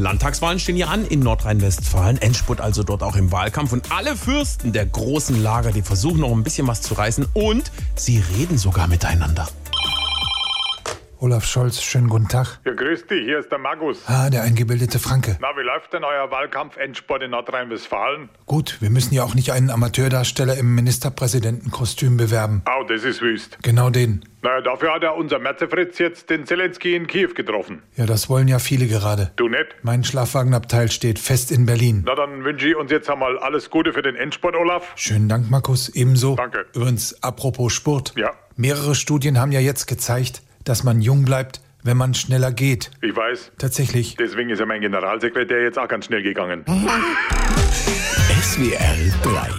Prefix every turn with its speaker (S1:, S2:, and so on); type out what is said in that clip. S1: Landtagswahlen stehen hier an in Nordrhein-Westfalen. Endspurt also dort auch im Wahlkampf. Und alle Fürsten der großen Lager, die versuchen noch ein bisschen was zu reißen. Und sie reden sogar miteinander.
S2: Olaf Scholz, schönen guten Tag.
S3: Ja, grüß dich, hier ist der Magus.
S2: Ah, der eingebildete Franke.
S3: Na, wie läuft denn euer Wahlkampf-Endsport in Nordrhein-Westfalen?
S2: Gut, wir müssen ja auch nicht einen Amateurdarsteller im Ministerpräsidentenkostüm bewerben.
S3: Au, das ist wüst.
S2: Genau den.
S3: Naja, dafür hat ja unser Merzefritz jetzt den Zelensky in Kiew getroffen.
S2: Ja, das wollen ja viele gerade.
S3: Du nicht?
S2: Mein Schlafwagenabteil steht fest in Berlin.
S3: Na, dann wünsche ich uns jetzt einmal alles Gute für den Endsport, Olaf.
S2: Schönen Dank, Markus. Ebenso.
S3: Danke.
S2: Übrigens, apropos Sport.
S3: Ja.
S2: Mehrere Studien haben ja jetzt gezeigt, dass man jung bleibt, wenn man schneller geht.
S3: Ich weiß,
S2: Tatsächlich.
S3: deswegen ist ja mein Generalsekretär jetzt auch ganz schnell gegangen.
S4: SWR 3